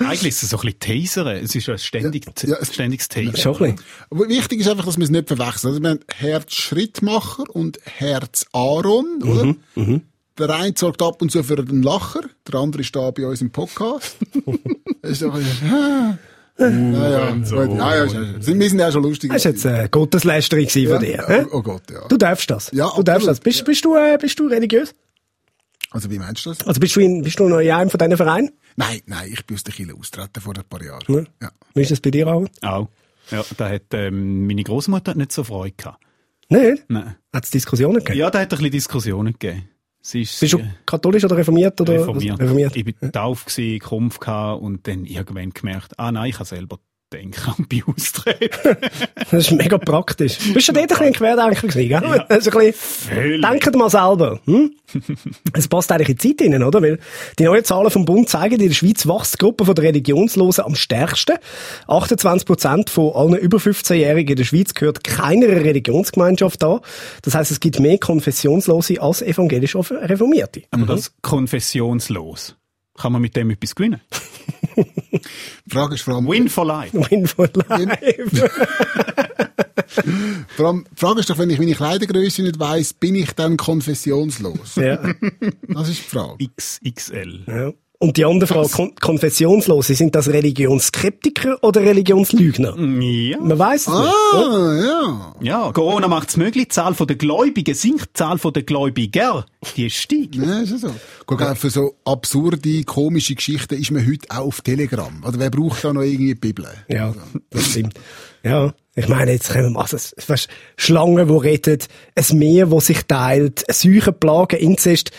Eigentlich ist es so ein bisschen Taseren. Es ist ja ein ständig,
Ja, ja.
ständiges Tasern.
Schon ein bisschen.
Aber wichtig ist einfach, dass wir es nicht verwechseln. Also wir haben Herzschrittmacher und Herz Aaron,
Mhm,
oder? Der eine sorgt ab und zu für den Lacher, der andere ist da bei uns im Podcast. Das ist doch ein bisschen, ah. naja, gut. ja, ja, ist ja- sind- wir sind ja schon lustig.
Das war jetzt eine Gotteslästerung gewesen von dir. hä?
ja, oh, oh Gott, ja.
Du darfst das.
Ja,
du
absolut.
darfst das. Bist, bist, du, äh, bist du religiös?
Also wie meinst du das?
Also bist du, in, bist du noch in einem von diesen Vereinen?
Nein, nein, ich bin aus der Kirche austreten vor ein paar Jahren. Ja.
ne? Wie ist das bei dir auch?
Auch. Ja, da hat, ähm, meine Großmutter nicht so Freude gehabt.
Nein?
Nein.
Hat es Diskussionen gegeben?
Ja, da hat ein bisschen Diskussionen gegeben. Sie ist
Bist du
sehr
katholisch oder reformiert? Oder
reformiert.
reformiert?
Ich bin tauf gsi, Kumpf gehabt und dann irgendwann gemerkt, ah nein, ich kann selber denken und bei austreten.
Das ist mega praktisch. Du bist schon dort ein bisschen ein Querdenker gewesen, gell? Das ist ein bisschen,
Völlig.
denkt mal selber. Hm? Es passt eigentlich in die Zeit hinein, oder? Weil die neuen Zahlen vom Bund zeigen, in der Schweiz wächst die Gruppe von der Religionslosen am stärksten. 28 Prozent von allen über 15-Jährigen in der Schweiz gehört keiner Religionsgemeinschaft an. Das heißt, es gibt mehr Konfessionslose als evangelisch Reformierte.
Aber das konfessionslos. Kann man mit dem etwas gewinnen?
Die Frage ist vor allem,
Win for life.
Win for life.
vor allem, die Frage ist doch, wenn ich meine Kleidergröße nicht weiss, bin ich dann konfessionslos?
ja.
Das ist die Frage.
XXL.
Ja. Und die andere Frage, kon konfessionslose, sind das Religionsskeptiker oder Religionslügner?
Ja.
Man weiß es nicht.
Ah, ja.
ja, Corona macht's möglich. Die Zahl der Gläubigen sinkt, die Zahl der Gläubiger, die steigt.
Ja, ist ja so. Guck, gell, für so absurde, komische Geschichten ist man heute auch auf Telegram. Oder wer braucht da noch irgendwie die Bibel?
Ja, das stimmt. Ja, ich meine, jetzt kommen wir, also, weißt, Schlangen, die reden, ein Meer, das sich teilt, Seuchen, Plagen, Inzest.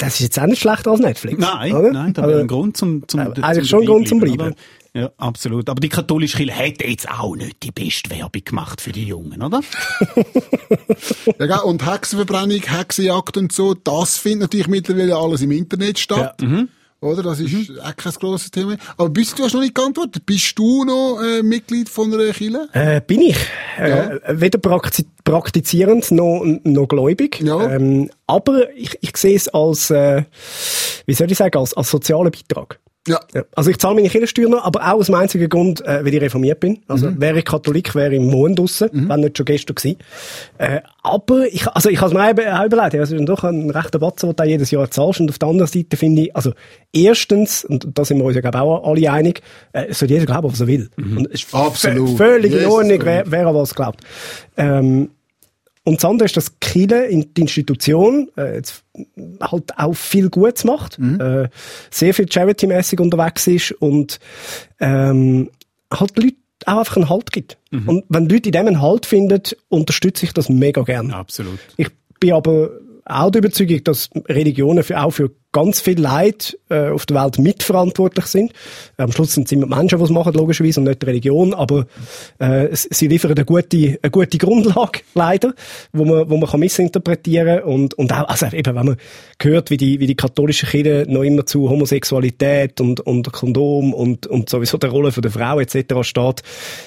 Das ist jetzt auch nicht schlechter als Netflix.
Nein,
oder?
nein, da
Aber
wäre ein Grund zum, zum,
aber
zum
eigentlich schon ein Grund zum Bleiben.
oder? Ja, absolut. Aber die katholische Kirche hätte jetzt auch nicht die beste Werbung gemacht für die Jungen, oder?
Ja, gell? Und Hexenverbrennung, Hexenjagd und so, das findet natürlich mittlerweile alles im Internet statt. Oder? Das ist auch kein grosses Thema. mehr. Aber bist du hast noch nicht geantwortet. Bist du noch äh, Mitglied von einer Kirche?
Äh, bin ich. Äh, Weder prakti praktizierend noch, noch gläubig.
Ja.
Ähm, aber ich, ich sehe es als, äh, wie soll ich sagen, als, als sozialen Beitrag.
Ja.
Ja. Also ich zahle meine Kirchensteuer noch, aber auch aus dem einzigen Grund, äh, weil ich reformiert bin. Also wäre ich Katholik, wäre ich im Mond draussen, wenn nicht schon gestern gewesen. Äh, aber ich, also ich habe es mir auch eben- auch überlegt, also es ist doch ein rechter Batzen, den du jedes Jahr zahlst. Und auf der anderen Seite finde ich, also erstens, und da sind wir uns ja glaube ich, auch alle einig, äh, es soll jeder glauben, was er will. Und es ist
Absolut.
vö- Völlig in
Jesus
Ordnung,
Christus.
wer, wer an was glaubt. Ähm, und das andere ist, dass Kille in die Institution äh, jetzt halt auch viel Gutes macht,
Mhm.
äh, sehr viel charity-mäßig unterwegs ist und ähm, halt Leute auch einfach einen Halt gibt.
Mhm.
Und wenn Leute in dem einen Halt finden, unterstütze ich das mega gern.
Absolut.
Ich bin aber auch der Überzeugung, dass Religionen für, auch für ganz viel Leid äh, auf der Welt mitverantwortlich sind. Am Schluss sind es immer die Menschen, die es machen, logischerweise, und nicht die Religion, aber äh, sie liefern eine gute, eine gute Grundlage, leider, wo man, wo man kann missinterpretieren und, und auch, also eben, wenn man hört, wie die, wie die katholische Kirche noch immer zu Homosexualität und, und Kondom und, und sowieso der Rolle von der Frau etc. steht,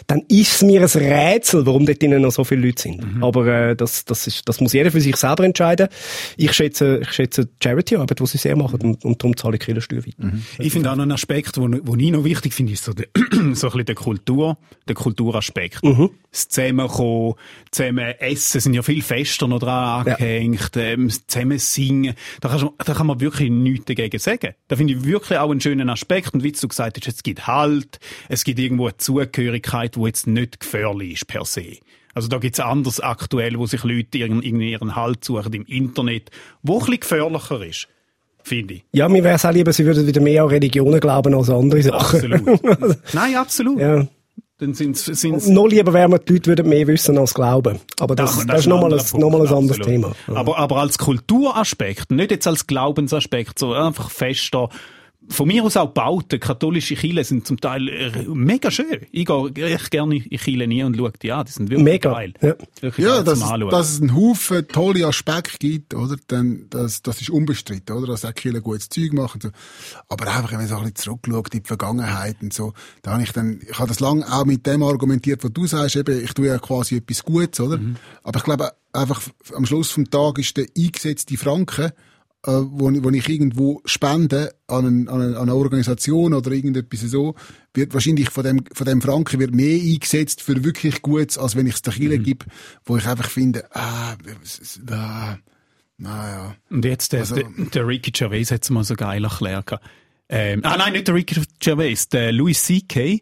dann ist es mir ein Rätsel, warum dort drinnen noch so viele Leute sind.
Mhm.
Aber äh, das, das, ist, das muss jeder für sich selber entscheiden. Ich schätze, ich schätze die Charity-Arbeit, die sie sehr machen und, und darum zahle ich keine Steuer weiter.
Ich finde auch noch einen Aspekt, den ich noch wichtig finde, ist so, der, so ein bisschen der Kultur, der Kulturaspekt. Das Zusammenkommen, zusammen essen, sind ja viel fester noch dran
Ja.
angehängt, ähm, das zusammen singen. Da, kannst, du- da kann man wirklich nichts dagegen sagen. Da finde ich wirklich auch einen schönen Aspekt. Und wie du gesagt hast, es gibt Halt, es gibt irgendwo eine Zugehörigkeit, die jetzt nicht gefährlich ist per se. Also da gibt's anders aktuell, wo sich Leute irgend- irgendwie ihren Halt suchen im Internet, wo ein bisschen gefährlicher ist, finde ich.
Ja, mir wäre es auch lieber, sie würden wieder mehr an Religionen glauben als an andere Sachen.
Absolut. Nein, absolut.
Ja.
Dann sind's, sind's,
Noch lieber wäre mir, die Leute würden mehr wissen als glauben. Aber das, das, ist
ein
nochmal ein,
anderer Punkt,
noch mal ein anderes
absolut.
Thema.
Aber, aber als Kulturaspekt, nicht jetzt als Glaubensaspekt, so einfach fester. Von mir aus auch Bauten, katholische Kirchen sind zum Teil äh, mega schön. Ich gehe echt gerne in Kirchen nie und schaue die an, die sind wirklich
Mega,
geil.
ja.
Wirklich
Ja,
geil
dass,
zum
es-
Anschauen.
dass es einen Haufen tolle Aspekte gibt, oder? Dann, das, das ist unbestritten, oder? Dass auch Kirchen gutes Zeug machen. So. Aber einfach, wenn man so ein bisschen zurückschaut in die Vergangenheit und so, da habe ich dann, ich habe das lange auch mit dem argumentiert, was du sagst, eben, ich tue ja quasi etwas Gutes, oder?
Mhm.
Aber ich glaube, einfach am Schluss vom Tag ist der eingesetzte Franken, äh, wo, wo ich irgendwo spende an, einen, an, eine, an eine Organisation oder irgendetwas so, wird wahrscheinlich von dem, von dem Franken wird mehr eingesetzt für wirklich Gutes, als wenn ich es der Kirche
Mhm.
gebe, wo ich einfach finde, ah, es ist- ah naja.
Und jetzt der,
Also-
der, der Ricky Gervais hat's mal so geil erklärt. gehabt. Ähm, ah nein, nicht der Ricky Gervais, der Louis C.K.,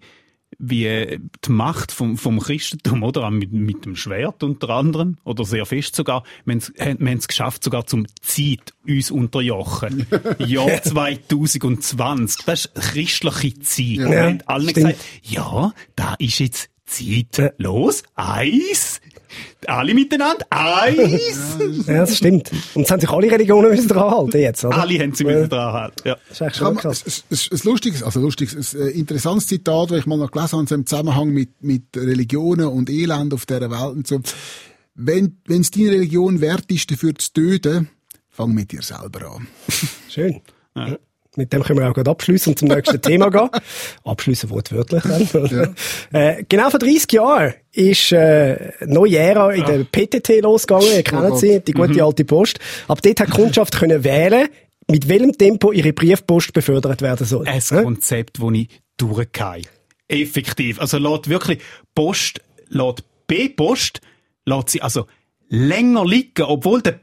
wie äh, die Macht vom, vom Christentum, oder? Auch Mit, mit dem Schwert unter anderem, oder sehr fest sogar. Wir haben es geschafft, sogar zum Zeit uns unterjochen. Jahr 2020, das ist christliche Zeit. Und wir haben alle
stimmt.
gesagt, ja, da ist jetzt Zeit. Los, Eis! Alle miteinander, Eis!
Ja, das stimmt. Und es haben sich alle Religionen müssen dran halten jetzt, oder?
Alle haben sie müssen dran halten. Ja.
Das ist echt
Ja,
schon
man,
krass.
es, es, es, ein lustiges, also lustiges, es, äh, interessantes Zitat, das ich mal noch gelesen habe, so im Zusammenhang mit, mit Religionen und Elend auf dieser Welt und so. Wenn, wenn es deine Religion wert ist, dafür zu töten, fang mit dir selber an.
Schön. Mit dem können wir auch gerade abschließen und zum nächsten Thema gehen. Abschließen wortwörtlich dann. äh, genau vor 30 Jahren ist äh, neue Ära in der PTT losgegangen. Ihr kennt
Oh Gott. Mhm.
sie, die gute alte Post. Ab dort hat die Kundschaft können wählen, mit welchem Tempo ihre Briefpost befördert werden soll.
ein
Ja?
Konzept, das ich durchgehe. Effektiv. Also lässt wirklich Post, lässt B-Post, lässt sie also länger liegen, obwohl der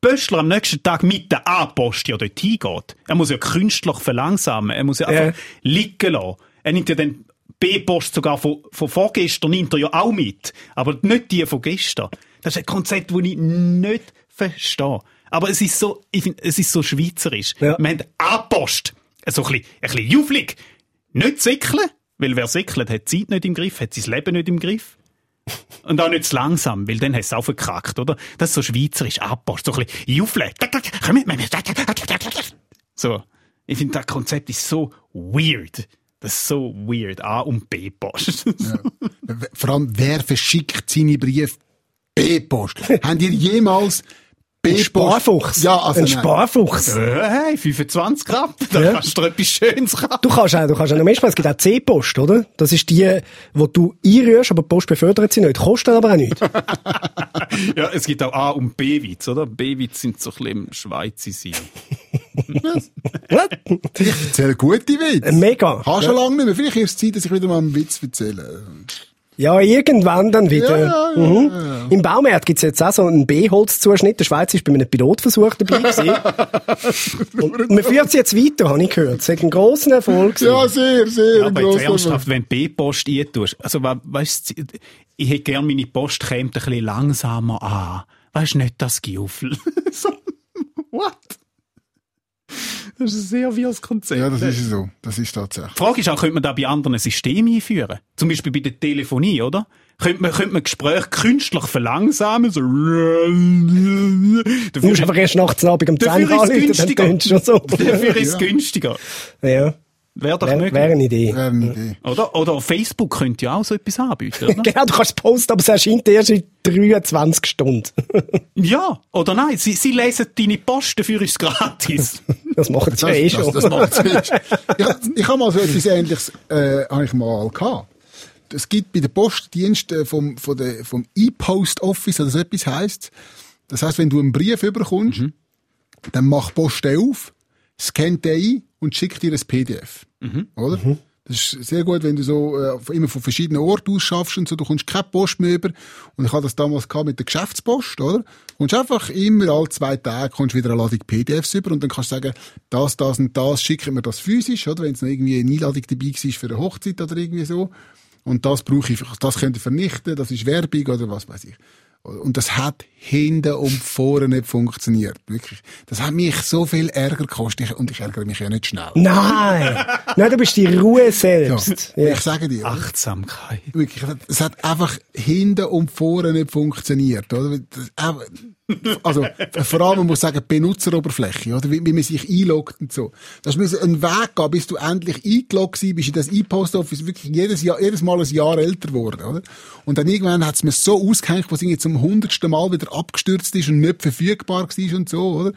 Pöstler am nächsten Tag mit der A-Post ja dort hingeht. Er muss ja künstlich verlangsamen, er muss ja
Ja.
einfach liegen lassen. Er nimmt ja dann B-Post sogar von, von vorgestern nimmt er ja auch mit, aber nicht die von gestern. Das ist ein Konzept, das ich nicht verstehe. Aber es ist so, ich finde, es ist so schweizerisch.
Ja.
Wir haben angepost. So ein bisschen, ein bisschen juflig. Nicht säckeln, weil wer säckelt, hat die Zeit nicht im Griff, hat sein Leben nicht im Griff. Und auch nicht zu langsam, weil dann hast du es auch verkackt, oder? Das ist so schweizerisch angepost. So ein bisschen juffeln. Komm mit mir. So. Ich finde, das Konzept ist so weird. Das ist so weird. A und B-Post.
W- Vor allem, wer verschickt seine Briefe B-Post? Habt ihr jemals B-Post?
Sparfuchs.
Ja, also
ein
nein.
Sparfuchs.
Äh, hey, 25 Grad, da
Ja.
kannst du dir etwas Schönes kaufen.
Du kannst auch, du kannst auch noch mehr sparen. Es gibt auch C-Post, oder? Das ist die, wo du einrührst, aber die Post befördert sie nicht. Kostet aber auch nichts.
Ja, es gibt auch A- und B-Witz, oder? B-Witz sind so ein bisschen im Schweizer sein.
Ich erzähle gute Witze.
Mega.
Hast schon lange nicht mehr. Vielleicht ist es Zeit, dass ich wieder mal einen Witz erzähle.
Ja, irgendwann dann wieder.
Ja, ja, ja,
mhm.
ja, ja.
Im Baumarkt gibt's jetzt auch so einen B-Holzzuschnitt. Der Schweiz ist bei einem Pilotversuch dabei gewesen. Und man führt es jetzt weiter, habe ich gehört. Es hat einen grossen Erfolg. gewesen.
Ja, sehr, sehr.
Ja, aber jetzt
grosser
ernsthaft, wenn du B-Post eintust, also we- weisst du, ich hätte gern meine Post käme ein bisschen langsamer an. Weißt du, nicht das Giuffel. so, what? Das ist ein sehr wirres Konzept.
Ja, das ist so. Das ist tatsächlich.
Die Frage ist auch, könnte man da bei anderen Systemen einführen? Zum Beispiel bei der Telefonie, oder? Könnte man, könnte man Gespräche künstlich verlangsamen? So.
Du
Dafür,
musst einfach erst nachts Abend um 10 Uhr
dafür ist
anrufen,
es
dann tönst du
günstiger.
schon so.
Dafür ist es
Ja.
günstiger.
Ja,
Wäre doch
wäre wär
möglich.
eine Idee.
Wäre eine Idee.
Oder, oder Facebook könnte ja auch so etwas anbieten, oder?
Genau, du kannst posten, aber es erscheint erst in 23 Stunden.
ja, oder nein? Sie, sie lesen deine Post, dafür ist es gratis.
Das machen sie ja eh schon.
Das, das macht's nicht. ich, ich habe mal so etwas Ähnliches, äh, habe ich mal gehabt. Es gibt bei den Postdiensten äh, vom, von der, vom E-Post Office oder so etwas heisst. Das heisst, wenn du einen Brief überkommst,
Mhm.
dann mach Post den auf, scannt den ein und schickt dir ein PDF. Oder? Das ist sehr gut, wenn du so äh, immer von verschiedenen Orten aus schaffst und so, du kommst keine Post mehr über. Und ich hatte das damals gehabt mit der Geschäftspost, oder? Kommst einfach immer alle zwei Tage kommst wieder eine Ladung PDFs über und dann kannst du sagen, das, das und das schicken wir das physisch, oder? Wenn es noch irgendwie eine Einladung dabei war für eine Hochzeit oder irgendwie so. Und das brauche ich, das könnt ihr vernichten, das ist Werbung oder was weiß ich. Und das hat hinten und vorne nicht funktioniert. Wirklich. Das hat mich so viel Ärger gekostet und ich ärgere mich ja nicht schnell.
Nein! Nein, du bist die Ruhe selbst. Ja.
Ich sage dir.
Achtsamkeit.
Wirklich, es hat einfach hinten und vorne nicht funktioniert, oder? Das- auch- Also, vor allem, man muss sagen, Benutzeroberfläche, oder? Wie, wie man sich einloggt und so. Das muss einen Weg geben, bis du endlich eingeloggt bist, bist in das E-Post Office wirklich jedes Jahr, jedes Mal ein Jahr älter geworden, oder? Und dann irgendwann hat es mir so ausgehängt, was irgendwie zum hundertsten Mal wieder abgestürzt ist und nicht verfügbar war und so, oder?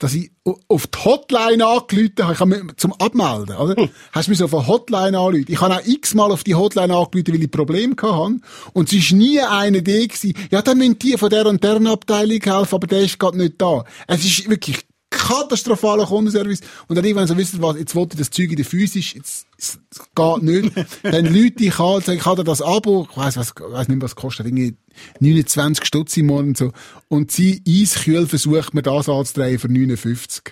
dass ich o- auf die Hotline angelüht habe. Ich habe mich zum Abmelden, oder? Hast du mich so auf eine Hotline angelüht? Ich habe auch x-mal auf die Hotline angelüht, weil ich Probleme hatte. Und es war nie eine Idee gewesen, ja, dann müssen die von der und deren Abteilung helfen, aber der ist gerade nicht da. Es ist wirklich katastrophaler Kundenservice. Und dann irgendwann so, wisst ihr was, jetzt wollte ich das Zeug in der physisch, jetzt, es es geht nicht. dann Leute ich an und sagen, ich habe das Abo, ich weiss, was, weiss nicht, mehr, was es kostet, irgendwie 29 Stutz im Monat und so. Und sie eiskühl versucht mir das anzudrehen für 59.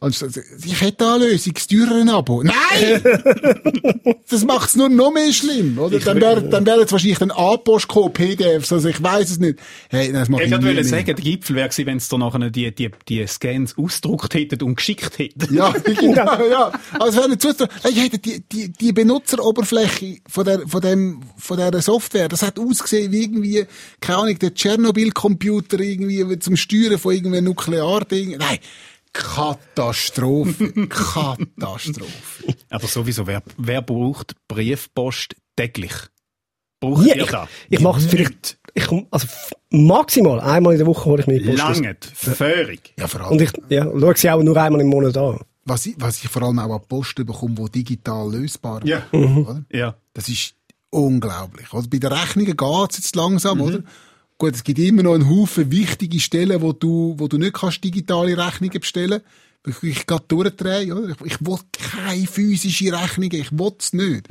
Und so, ich hätte eine Lösung, das teurere Abo. Nein! das macht's nur noch mehr schlimm, oder? Dann wär, dann wäre jetzt wahrscheinlich ein Anpostcode, PDFs, also ich weiss es nicht. Hey, nein, das mache ich
Ich
nie
wollte
mehr.
sagen, der Gipfel wäre gewesen, wenn es da nachher die, die, die Scans ausgedruckt hätten und geschickt hätten.
Ja, genau, ja. Also wenn ihr zuschaut, ich hätte die, die, die Benutzeroberfläche von der, von dem, von der Software, das hat ausgesehen wie irgendwie, keine Ahnung, der Tschernobyl-Computer irgendwie zum Steuern von irgendeinem Nuklearding. Nein. Katastrophe. Katastrophe.
Aber sowieso, wer, wer braucht Briefpost täglich? Braucht
Ja,
ihr
ich,
da?
ich mache es vielleicht, ich, komm- also f- maximal einmal in der Woche hole ich mir die Post aus.
Langet, völlig.
Ja, vor allem.
Und ich ja, schaue sie auch nur einmal im Monat an.
was, ich, was ich vor allem auch an Post bekomme, die digital lösbar
Ja.
ist, oder?
Ja.
Das ist unglaublich. Also bei den Rechnungen geht's jetzt langsam, oder? Gut, es gibt immer noch einen Haufen wichtige Stellen, wo du, wo du nicht kannst digitale Rechnungen bestellen kannst. Ich gerade durchdrehen, oder? Ich, ich will keine physische Rechnungen, ich will's nicht.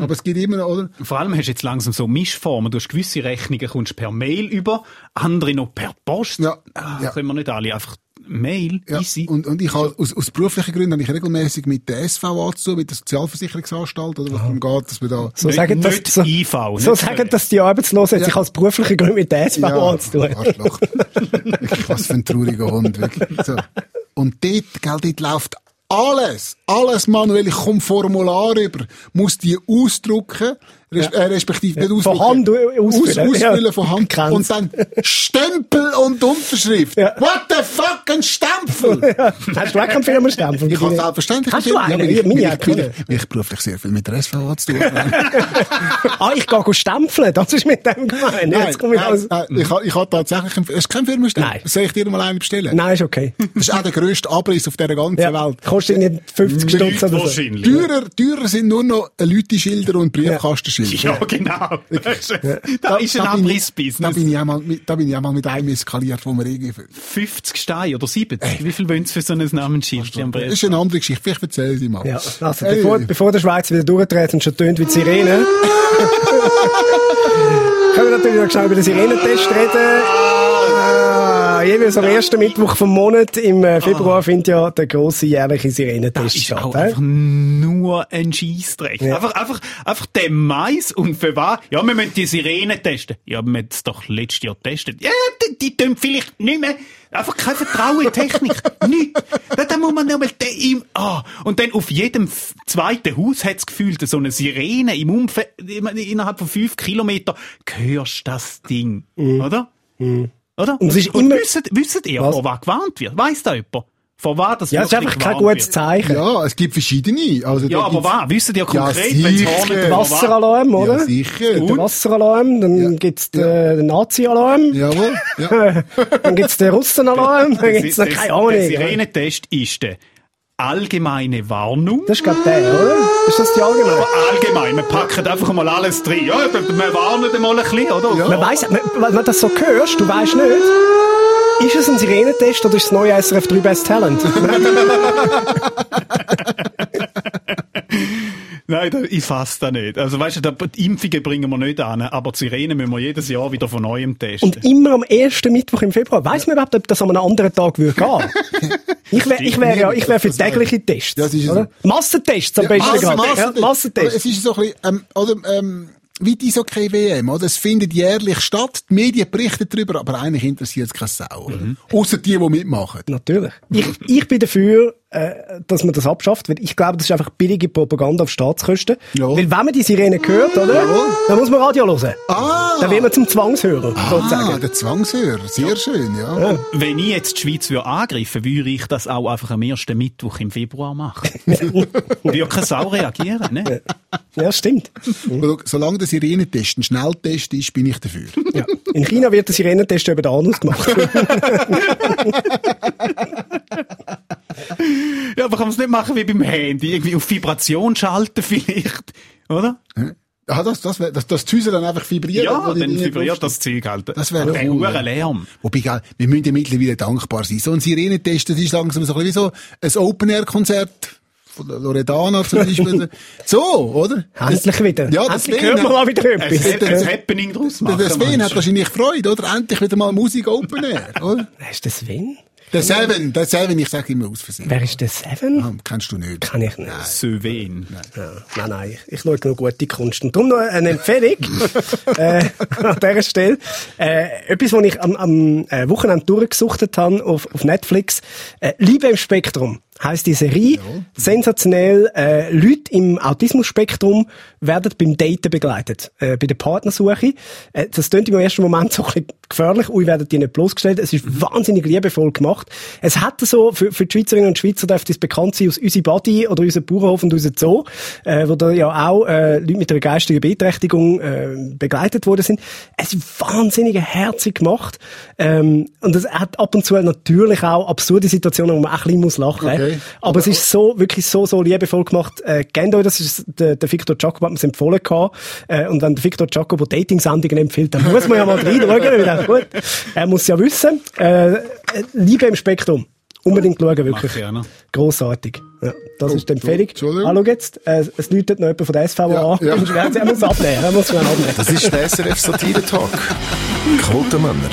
Aber es gibt immer noch, oder?
Vor allem hast du jetzt langsam so Mischformen. Du hast gewisse Rechnungen kommst per Mail über, andere noch per Post.
Ja,
Ah,
ja.
Können wir nicht alle einfach Mail,
Ja,
easy.
und, und ich habe, aus, aus beruflichen Gründen habe ich regelmäßig mit der SVA zu tun, mit der Sozialversicherungsanstalt, oder was darum geht, dass wir da...
So
Nicht-
sagen das,
nicht
so,
IV,
so
nicht
sagen das die Arbeitslosen jetzt
Ja.
sich als berufliche Gründe mit der SVA anzutun.
Arschloch. Wirklich, was für ein trauriger Hund, wirklich. So. Und dort, gell, dort läuft alles, alles manuell. Ich komme Formular über, muss die ausdrucken, res äh, respektive nicht
Von
ausdrucken.
Hand au- ausfüllen.
Aus, ausfüllen
Ja,
von Hand.
kenn's.
Und dann Stempel und Unterschrift.
Ja.
What the fuck, ein Stempel?
Hast du auch keinen Firmenstempel?
Ich habe selbstverständlich
Hast du einen?
weil ich,
Ja, meine
weil
hat
ich, weil
keinen.
ich, weil ich beruflich sehr viel mit der SVA zu tun habe.
Ah, ich gehe stempeln. Das ist mit dem gemeint. Jetzt komme ich
nein,
aus.
nein, ich, ha- ich habe tatsächlich, einen- hast du keinen Firmenstempel?
Nein.
Soll ich dir mal einen bestellen?
Nein, ist okay.
Das ist auch der grösste Abriss auf dieser ganzen
Ja,
Welt.
kostet nicht 50 Stutz
Nicht
oder so.
wahrscheinlich.
Teurer, teurer sind nur noch Leute-Schilder und Briefkastenschilder.
Ja, genau. da ist ein
Da bin ich- Da
Abrissbusiness.
bin ich auch mal, mit- da bin ich auch mal mit einem eskaliert, wo man irgendwie...
50 Steine oder 70. Wie viel wollen sie für so ein Namensschild? am
Das
Brief?
ist eine andere Geschichte, vielleicht erzähl sie mal.
Ja, also bevor, bevor der Schweizer wieder durchdreht und schon tönt wie die Sirene, können wir natürlich noch schnell über den Sirenentest reden. Genau, jeweils am ersten Mittwoch vom Monat im äh, Februar findet ja der grosse jährliche
Das
Sirenentest
ist auch
statt.
einfach
hä?
nur ein Scheissdreck.
Ja.
Einfach, einfach, einfach der Mais und für was? Ja, wir müssen die Sirene testen. Ja, wir haben es doch letztes Jahr getestet. Ja, die, die tun vielleicht nicht mehr. Einfach kein Vertrauen in die Technik. Nicht. Dann muss man nochmal den im, ah. Und dann auf jedem f- zweiten Haus hat das Gefühl, dass so eine Sirene im Umfeld, innerhalb von fünf Kilometern, hörst das Ding. Oder? Oder?
Mhm. Und es ist immer-
wisst, wisst ihr,
Was?
vor was gewarnt wird? Weiss da jemand? Vor was das
Ja, das ist
wirklich
einfach kein
gewarnt
gutes
wird?
Zeichen.
Ja, es gibt verschiedene. Also,
Ja,
da
aber
gibt's-
was? Wissen die ja konkret,
Ja,
wenn's
sicher.
Hornet-
Der
Wasseralarm, oder?
Ja, sicher.
Der Wasseralarm, dann gibt's den, äh, den Nazi-Alarm,
Jawohl. Ja.
dann gibt's den Russen-Alarm, dann gibt's noch
Der-
keine
Der
Ahnung. oder?
Sirenentest ist der allgemeine Warnung.
Das ist gerade der, oder? Ist das die allgemeine?
Allgemein, wir packen einfach mal alles drin. Ja, wir wir warnen mal ein bisschen, oder?
Man weiss, man, wenn du das so hörst, du weißt nicht, ist es ein Sirenentest oder ist es neue SRF 3 Best Talent?
Nein, da, ich fasse das nicht. Also weißt du, da, die Impfungen bringen wir nicht an, aber die Sirenen müssen wir jedes Jahr wieder von neuem testen.
Und immer am ersten Mittwoch im Februar. Weiss man überhaupt, ob das an einem anderen Tag würde gehen? Ich wäre ich wär, ja, ich wär für tägliche Tests.
Das ist es.
oder? Massentests am besten
Massen-
gerade.
Massen-
ja, Massentests.
Es ist so ein bisschen, ähm, oder, ähm, wie die so wm oder? Es findet jährlich statt, die Medien berichten darüber, aber eigentlich interessiert es keine Sau.
Mhm.
Außer die, die mitmachen.
Natürlich. Ich, ich bin dafür, äh, dass man das abschafft, weil ich glaube, das ist einfach billige Propaganda auf Staatskosten.
Ja.
Weil wenn man die Sirene hört, oder? Dann muss man Radio hören.
Ah!
Dann wird man zum Zwangshörer,
Ah,
sozusagen.
der Zwangshörer. Sehr schön, ja.
Wenn ich jetzt die Schweiz würde angreifen würde, würde ich das auch einfach am ersten Mittwoch im Februar machen. würde keine Sau reagieren, ne?
Ja, stimmt.
Aber schau, Solange der Sirenentest ein Schnelltest ist, bin ich dafür.
Ja. In China wird der Sirenentest über den Anus gemacht.
Ja, aber kann man es nicht machen wie beim Handy? Irgendwie auf Vibration schalten vielleicht, oder?
Ah, das, das, wär- dass, dass die Häuser dann einfach vibrieren.
Ja,
wo die
dann
Dinge
vibriert
draufstehen.
das Zeug halt.
Das wäre
Der
cool, ja.
hohe Lärm.
Wobei, gell, wir müssen ja mittlerweile dankbar sein. So ein Sirenentest, das ist langsam so ein bisschen wie so ein Open-Air-Konzert von der Loredana zum Beispiel. so, oder?
Endlich wieder.
Ja, das
Endlich
Sven
hören wir mal wieder
Ein,
etwas.
ein Happening draus
Der,
machen.
der Sven
meinst
hat
du?
wahrscheinlich Freude, oder? Endlich wieder mal Musik Open Air, oder?
Wer ist der Sven?
Der Seven, der Seven, ich sage immer aus Versehen.
Wer ist der Seven?
Ah, Kennst du nicht.
Kann ich nicht.
Sylvain.
Ja, nein, nein, ich, ich schaue nur gute Kunst. Und darum noch eine Empfehlung äh, an dieser Stelle. Äh, etwas, was ich am, am äh, Wochenende durchgesuchtet habe auf, auf Netflix. Äh, Liebe im Spektrum heisst die Serie. Sensationell. Äh, Leute im Autismus-Spektrum werden beim Daten begleitet, äh, bei der Partnersuche. Äh, das klingt im ersten Moment so ein bisschen gefährlich. Ui, werden die nicht bloßgestellt. Es ist wahnsinnig liebevoll gemacht. Es hat so, für, für die Schweizerinnen und Schweizer dürfte es bekannt sein aus «Unsere Body» oder «Unser Bauernhof» und «Unser Zoo», äh, wo da ja auch äh, Leute mit einer geistigen Beeinträchtigung äh, begleitet worden sind. Es ist wahnsinnig herzig gemacht. Ähm, und es hat ab und zu natürlich auch absurde Situationen, wo man auch ein bisschen muss lachen muss.
Okay.
Aber es ist so, wirklich so, so liebevoll gemacht. Äh, kennt euch, das ist, der, der Victor Jacob hat mir empfohlen gehabt. Äh, und wenn der Victor Jacob der Dating-Sendungen empfiehlt, dann muss man ja mal reinschauen, weil er gut, er muss ja wissen. Äh, äh, Liebe im Spektrum. Unbedingt schauen, wirklich.
Mach ich auch noch.
Grossartig. Ja, das ist die Empfehlung.
Entschuldigung.
Hallo jetzt, äh, es läutet noch jemand von der SVA an.
ja.
Er muss abnehmen, er muss schnell abnehmen.
Das ist der SRF Satire Talk. Quotenmänner.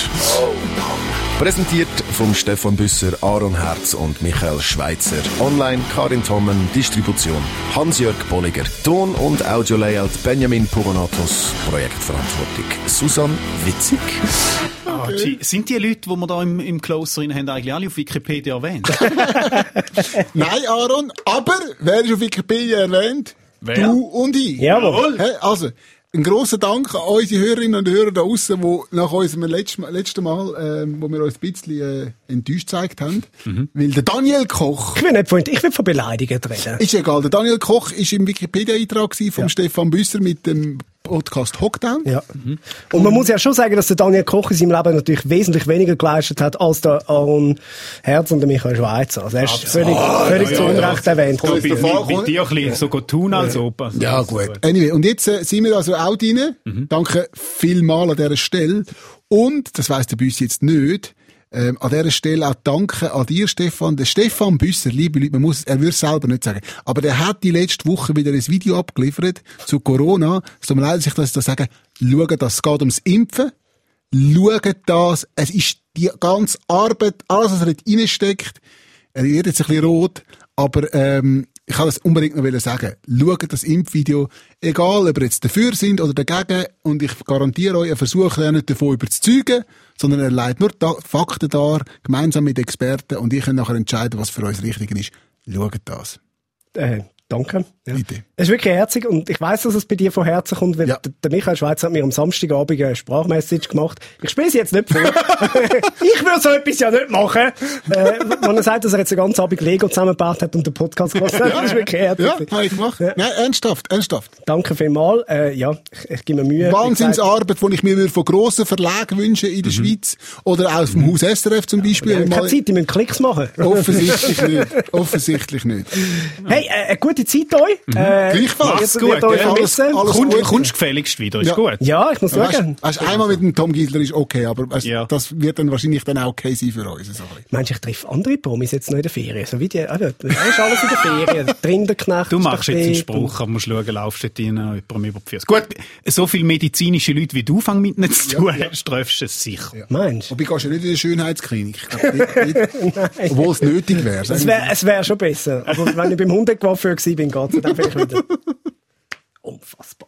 Präsentiert vom Stefan Büsser, Aaron Herz und Michael Schweitzer. Online Karin Tommen, Distribution Hans-Jörg Bolliger. Ton- und Audio-Layout Benjamin Pogonatos. Projektverantwortung Susanne Witzig.
Ah, gee, Sind die Leute, die wir da im, im Closer drin haben, eigentlich alle auf Wikipedia erwähnt?
Nein, Aaron, aber wer ist auf Wikipedia erwähnt?
Wer?
Du und ich.
Jawohl.
Hey, also, ein grosser Dank an unsere Hörerinnen und Hörer da aussen, die nach unserem letzten, letzten Mal, ähm, wo wir uns ein bisschen äh, enttäuscht gezeigt haben. Weil der Daniel Koch,
Ich will nicht von, ich will von Beleidigungen reden.
ist egal, der Daniel Koch ist im Wikipedia-Eintrag gewesen vom Stefan Büsser mit dem Podcast Hockdown.
Ja. Und man muss ja schon sagen, dass der Daniel Koch in seinem Leben natürlich wesentlich weniger geleistet hat als der Aaron Herz und der Michael Schweizer. Also er ist völlig, völlig zu Unrecht erwähnt.
Da ist
Bei,
der Fall
bei
gekommen.
dir ein bisschen so gut tun als Opa.
Ja, gut. Anyway, und jetzt äh, sind wir also auch drin. Danke vielmal an dieser Stelle. Und, das weiss der Büss jetzt nicht, ähm, an dieser Stelle auch danke an dir, Stefan. Der Stefan Büsser, liebe Leute, man muss, er würde selber nicht sagen, aber der hat die letzte Woche wieder ein Video abgeliefert zu Corona. Es tut mir leid, dass ich das da sage. Schauen, das geht ums Impfen. Schaut das. Es ist die ganze Arbeit, alles, was er dort reinsteckt. Er wird jetzt ein bisschen rot, aber, ähm, ich kann das unbedingt noch sagen. Schaut das Impfvideo, egal ob ihr jetzt dafür sind oder dagegen, und ich garantiere euch, er versucht ja nicht davon überzuzeugen, sondern er leitet nur da Fakten dar, gemeinsam mit Experten, und ich kann nachher entscheiden, was für euch das Richtige ist. Schaut das.
Äh, danke. Ja.
Bitte.
Es ist wirklich herzig und ich weiß, dass es bei dir von Herzen kommt, weil
Ja.
der der Michael Schweizer hat mir am Samstagabend eine Sprachmessage gemacht. Ich spiele sie jetzt nicht vor. ich würde so etwas ja nicht machen. Äh, wenn er sagt, dass er jetzt den ganzen Abend Lego zusammengebaut hat und den Podcast gemacht hat, das ist wirklich herzig. Äh,
Ja, habe ich gemacht. Nein, ernsthaft, ernsthaft.
Danke vielmals. Äh, ja, ich, ich gebe mir Mühe. Wie gesagt,
Wahnsinnsarbeit, die ich mir würde von grossen Verlagen wünsche in der Schweiz oder aus dem Haus SRF zum Beispiel.
Wir haben
Mal-
Mhm. keine Zeit, die müssen Klicks machen.
Offensichtlich nicht. Offensichtlich nicht.
Hey, äh, eine gute Zeit euch. Äh,
Gleichfalls.
jetzt
Macht's
wird
gut,
euch
gell?
vermissen.
Alles- alles-
Kommst,
gut.
kommst gefälligst wieder, ist
Ja.
gut.
Ja, ich muss sagen.
Weißt, weißt, einmal mit dem Tom Giesler ist okay, aber weißt,
Ja.
das wird dann wahrscheinlich dann auch okay sein für uns. So ein bisschen.
Meinst du, ich treffe andere Promis jetzt noch in der Ferien? So wie die, also, das ist alles in der Ferien. Drin der Knecht.
Du
ist
machst
doch
jetzt einen
dort
Spruch, aber musst schauen, laufst du dort rein, jemandem über die Füße. Gut, so viele medizinische Leute, wie du fang mit ihnen zu tun hast, treffst du es sicher.
und- Meinst du?
Wobei gehst du nicht in die Schönheitsklinik. Ich glaub, nicht, nicht, obwohl es nötig wäre.
Es
sagen wir
wäre es wär schon besser. Aber wenn ich beim Hundegewaffeur war, bin, geht es dann vielleicht wieder. Unfassbar.